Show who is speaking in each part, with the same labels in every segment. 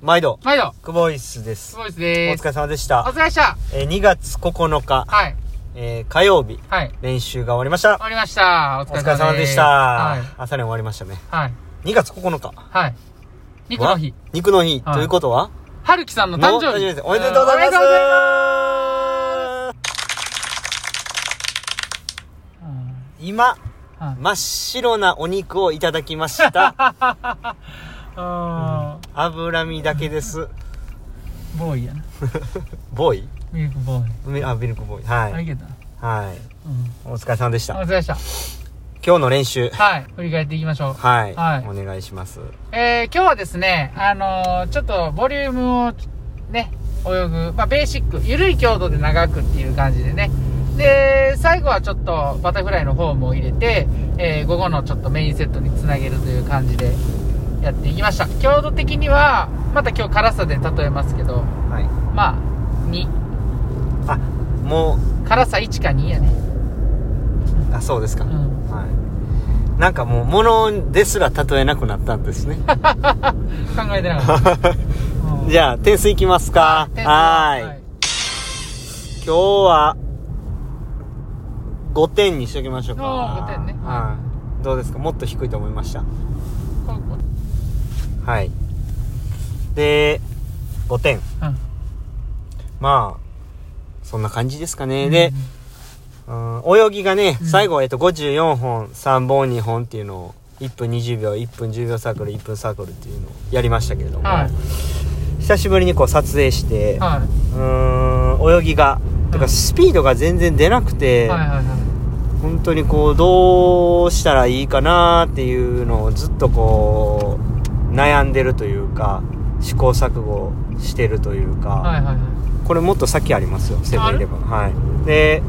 Speaker 1: 毎度、
Speaker 2: 毎度、
Speaker 1: クボイスです。
Speaker 2: スボイス
Speaker 1: お
Speaker 2: でー
Speaker 1: 疲
Speaker 2: す。
Speaker 1: れ様でし
Speaker 2: お
Speaker 1: た。
Speaker 2: 疲れでした。
Speaker 1: えー2月9日、
Speaker 2: はい。
Speaker 1: えー火曜日、
Speaker 2: はい。終
Speaker 1: 練習が終わりました。
Speaker 2: わりました。お
Speaker 1: お
Speaker 2: 疲れ
Speaker 1: 疲れ
Speaker 2: 様
Speaker 1: 様
Speaker 2: で
Speaker 1: で
Speaker 2: ーす
Speaker 1: した。
Speaker 2: はい。
Speaker 1: 朝練終わりましたね。
Speaker 2: はい。
Speaker 1: 2月9日。
Speaker 2: はい。肉の日。
Speaker 1: は。肉の日。
Speaker 2: はい
Speaker 1: ということは
Speaker 2: はるきさんの
Speaker 1: も
Speaker 2: 誕
Speaker 1: う
Speaker 2: 生
Speaker 1: 誕
Speaker 2: 日
Speaker 1: 生日です。。おめでとうございます。
Speaker 2: んおめでとうござい
Speaker 1: 今、
Speaker 2: ます
Speaker 1: 真っ白なお肉をいただきま した。
Speaker 2: あ
Speaker 1: 脂身だけです。
Speaker 2: ー、ボーイやな。
Speaker 1: ボーイ
Speaker 2: ミルクボーイ。
Speaker 1: みあ、ミルクボーイ。は
Speaker 2: あ、い
Speaker 1: い。
Speaker 2: けたな。
Speaker 1: はい。
Speaker 2: うん
Speaker 1: お疲れ様でし
Speaker 2: お疲
Speaker 1: た。
Speaker 2: れでした。
Speaker 1: 今日の練習。
Speaker 2: はい。振り返っていきましょう。
Speaker 1: はい。
Speaker 2: はい
Speaker 1: お願いします。
Speaker 2: えー、今日はですね、あのー、ちょっとボリュームをね、泳ぐ、まあ、ベーシック、ゆるい強度で長くっていう感じでね。で、最後はちょっとバタフライのフォームを入れて、えー、午後のちょっとメインセットにつなげるという感じでやっていきました。強度的には、また今日辛さで例えますけど、
Speaker 1: はい。
Speaker 2: まあ、2。
Speaker 1: あ、も
Speaker 2: 辛さ1か2やね。
Speaker 1: う、あ、そうですか。
Speaker 2: うん。
Speaker 1: はい。なんかもう、物ですら例えなくなったんですね。
Speaker 2: 考えてなか った。うん
Speaker 1: じゃあ、点数いきますか。
Speaker 2: 点数
Speaker 1: はーい。今日は、5点にしときましょうか。
Speaker 2: おー5点ね
Speaker 1: はい。どうですかもっと低いと思いました。
Speaker 2: こうこう
Speaker 1: はい。で、5点。
Speaker 2: うん
Speaker 1: まあ、そんな感じですかね。で、うん、泳ぎがね、
Speaker 2: うん
Speaker 1: 最後、えっと、54本、3本、2本っていうのを、1分20秒、1分10秒サークル、1分サークルっていうのをやりましたけれども、
Speaker 2: は
Speaker 1: 久しぶりにこう撮影して、
Speaker 2: い。は
Speaker 1: うーん、泳ぎが、て
Speaker 2: う
Speaker 1: か
Speaker 2: ん
Speaker 1: スピードが全然出なく
Speaker 2: い。
Speaker 1: て、
Speaker 2: はいはいはい。
Speaker 1: 本当にこう、どうしたらいいかなっていうのをずっとこう、悩んでるというか、試行錯誤してるというか、
Speaker 2: はいはいはい。
Speaker 1: これもっと先ありますよセブンイレブンは
Speaker 2: る
Speaker 1: いで、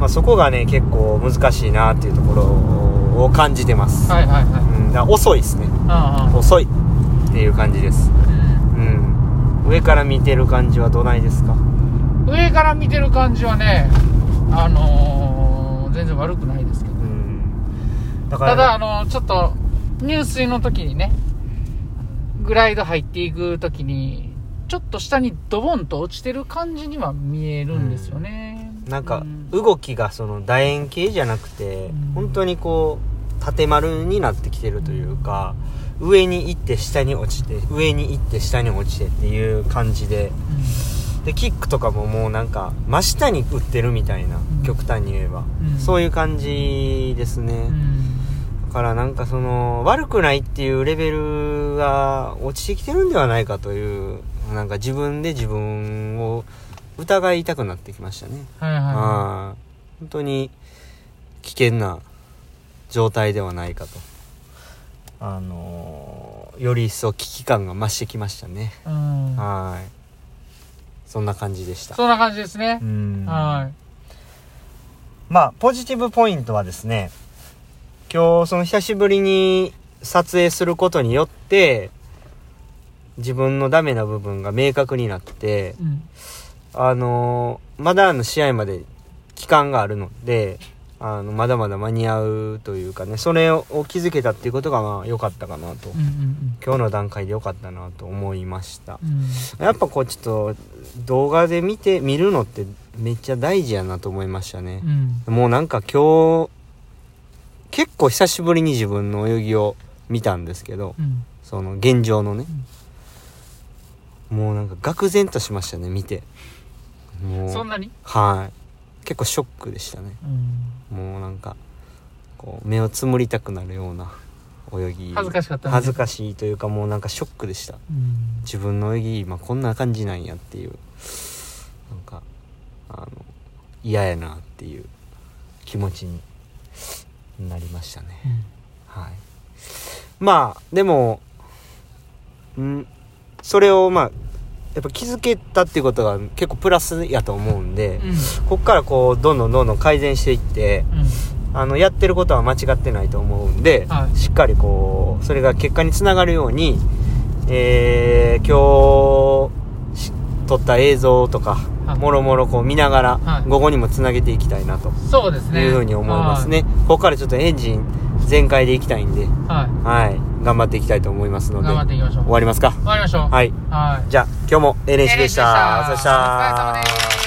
Speaker 1: まあ、そこがね結構難しいなっていうところを感じてます、
Speaker 2: はいはいはい。
Speaker 1: うん、だから遅いですね
Speaker 2: あ
Speaker 1: 遅いっていう感じですうん上から見てる感じはどないですか
Speaker 2: あ上から見てる感じはね、あのー、全然悪くないですけど。
Speaker 1: うんだから
Speaker 2: ただ、あのー、ちょっと、入水の時にね、グライド入っていく時に、ちょっと下にドボンと落ちてる感じには見えるんですよね。
Speaker 1: なん
Speaker 2: う
Speaker 1: か
Speaker 2: ん
Speaker 1: 動きがその楕円形じゃなくて
Speaker 2: うん
Speaker 1: 本当にこう縦丸になってきてるというか上に行って下に落ちて上に行って下に落ちてっていう感じででキックとかももうなんか真下に打ってるみたいな、
Speaker 2: ん
Speaker 1: 極端に言えば、
Speaker 2: うん
Speaker 1: そういう感じです
Speaker 2: う
Speaker 1: ね、
Speaker 2: ん
Speaker 1: だからなんかその悪くないっていうレベルが落ちてきてるんではないかというなんか自分で自分を疑いたくなってきましたね、
Speaker 2: はいはいは
Speaker 1: ああ本当に危険な状態ではないかとあのーより一層危機感が増してきましたね
Speaker 2: い。うん
Speaker 1: はいそんな感じでした
Speaker 2: そんな感じですね
Speaker 1: う。ん
Speaker 2: は
Speaker 1: まあポジティブポイントはですね今日その久しぶりに撮影することによって自分のダメな部分が明確になって
Speaker 2: い。うん
Speaker 1: あのーまだあの試合まで期間があるのであのまだまだ間に合うというかねそれを気づけたっていうことがまあ良かったかなと、
Speaker 2: うんうん
Speaker 1: 今日の段階で良かったなと思いました
Speaker 2: うん。うん
Speaker 1: やっぱこうちょっと動画で見て見るのってめっちゃ大事やなと思いましたね
Speaker 2: う、ん。
Speaker 1: もうなんか今日結構久しぶりに自分の泳ぎを見たんですけど
Speaker 2: うん。
Speaker 1: その現状のね、もうなんか愕然としましたね見てもう
Speaker 2: そんなに
Speaker 1: はい結構ショックでしたね
Speaker 2: うん
Speaker 1: もうなんかこう目をつむりたくなるような泳ぎ
Speaker 2: 恥ずかしかったね
Speaker 1: 恥ずかしいというかもうなんかショックでした
Speaker 2: うん
Speaker 1: 自分の泳ぎ今こんな感じなんやっていうなんかあの嫌やなっていう気持ちになりましたねはいまあでもんそれをまあやっぱ気づけたっていうことが結構プラスやと思うんで、
Speaker 2: うん
Speaker 1: こっからこうどんどんどんどん改善していって
Speaker 2: う
Speaker 1: あのやってることは間違ってないと思うんで、
Speaker 2: はい
Speaker 1: しっかりこうそれが結果につながるように、えー、今日し撮った映像とか
Speaker 2: はい
Speaker 1: もろもろこう見ながら、
Speaker 2: はい
Speaker 1: 午後にもつなげていきたいなと
Speaker 2: んそうですね
Speaker 1: いうふうに思いますねここからちょっとエンジン全開でいきたいんで
Speaker 2: はい、は
Speaker 1: は
Speaker 2: い
Speaker 1: い頑張っていきたいと思いますので
Speaker 2: 頑張っていきましょう
Speaker 1: 終わりますか
Speaker 2: 終わりましょう。
Speaker 1: はい
Speaker 2: はい。
Speaker 1: じゃあ今日も NH でした。お疲
Speaker 2: NH
Speaker 1: れ様でした
Speaker 2: お疲れ様です。